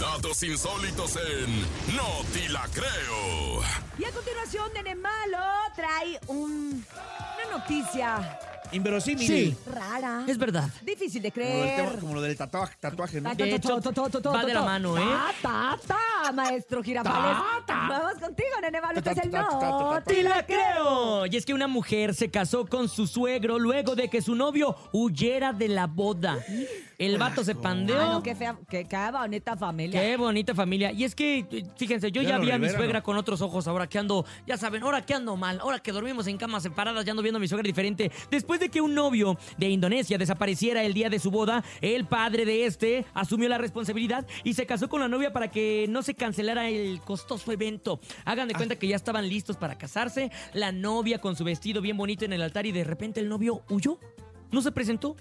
Datos insólitos en No Te La Creo. Y a continuación, Nene Malo trae un- una noticia Inverosímil. Sí, rara, es verdad. difícil de Como lo, del tema- creer. como lo del tatuaje, tatuaje, ¿no? Ta, De ta, hecho, ta, ta, ta, ta, va ta, de la ta. mano, ¿eh? Ta, ta, ta, maestro Girafales. Vamos contigo, Nene Malo, este es el Ta, ta, ta, ta, ta, no. ta. te la creo! Y es que una mujer se casó con su suegro luego de que su novio huyera de la boda. El vato se pandeó. Ah, no, qué fea, qué, qué bonita familia. Qué bonita familia. Y es que, eh, fíjense, yo ya Claro, vi a mi Rivera, suegra ¿no? con otros ojos ahora que ando, ya saben, ahora que ando mal, ahora que dormimos en camas separadas, ya ando viendo a mi suegra diferente. Después de que un novio de Indonesia desapareciera el día de su boda, el padre de este asumió la responsabilidad y se casó con la novia para que no se cancelara el costoso evento. Hagan de cuenta que ya estaban listos para casarse, la novia con su vestido bien bonito en el altar y de repente el novio huyó, no se presentó.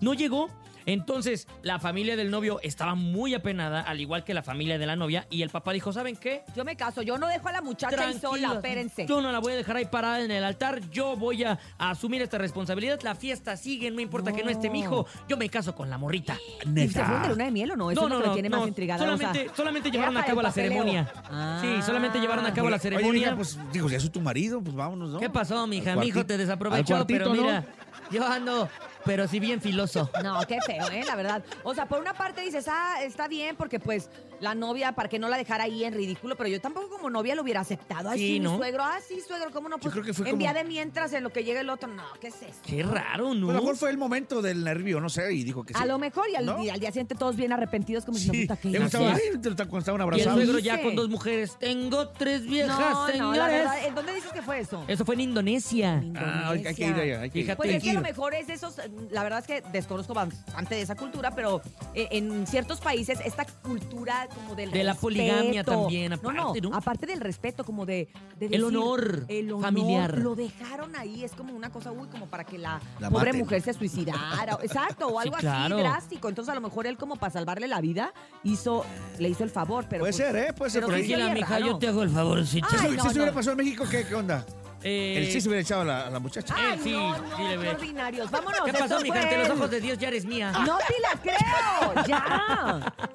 No llegó. Entonces, la familia del novio estaba muy apenada, al igual que la familia de la novia, y el papá dijo, ¿saben qué? Yo me caso, yo no dejo a la muchacha ahí sola, Tranquilos, espérense. Yo no la voy a dejar ahí parada en el altar. Yo voy a, a asumir esta responsabilidad. La fiesta sigue, no importa que no esté mi hijo. Yo me caso con la morrita. ¿Y se fueron de luna de miel o no? Eso no, lo tiene más intrigada. o sea, Solamente, solamente era llevaron a para cabo el la papeleo. ceremonia. Ah. Sí, solamente llevaron a cabo la Oye, ceremonia. mija, pues digo, ya soy tu marido, pues vámonos, ¿no? ¿Qué pasó, mija? Al Mi hijo cuartito- te al desaprovechó, cuartito, pero ¿no? mira, yo ando, pero sí bien filoso. No, qué feo, ¿eh? La verdad. O sea, por una parte dices, ah, está bien, porque pues la novia, para que no la dejara ahí en ridículo, pero yo tampoco como novia lo hubiera aceptado. Ay, Sí, sí, mi ¿no? suegro, ah, sí, suegro, ¿cómo no? Pues creo que fue envía como- de mientras en lo que llega el otro. No, ¿qué es eso? Qué raro, Pues, ¿no? a lo mejor fue el momento del nervio, no sé, y dijo que sí. A lo mejor, y al, ¿No? y al día siguiente todos bien arrepentidos, como si Sí, puta que él hice". estaba, Así ay, te lo- cuando estaban Y el abrazados. suegro Dice. ya con dos mujeres. Tengo tres viejas, No, señores. no, la verdad, ¿eh? ¿dónde dices que fue eso? Eso fue en Indonesia. Ah, hay, hay que ir allá, hay que ir. Fíjate. Pues es que a lo ir. mejor es de esos, eh, la verdad es que desconozco bastante de esa cultura, pero eh, en ciertos países esta cultura como del De la respeto. poligamia también, no, aparte, no, ¿no? aparte del respeto, como de, de El decir, honor el honor, familiar. Lo dejaron ahí, es como una cosa, uy, como para que la, La pobre maten. mujer se suicidara, o- exacto, o Sí, algo claro. así drástico. Entonces a lo mejor él como para salvarle la vida hizo, le hizo el favor, pero Puede pues, ser, ¿eh? Puede ser pero por sí ahí. se Tranquila, oye mija, raro. yo te hago el favorcito. Si, Ay, eso- no, si eso hubiera no. pasado en México, ¿qué, qué onda? Eh, El sí se hubiera echado a la, a la muchacha. Ay, Eh, sí, no, sí no, le ve. qué ordinarios. Vámonos. ¿Qué esto pasó, mija? fue Ante los el- ojos de Dios ya eres mía. No te la creo. Ya.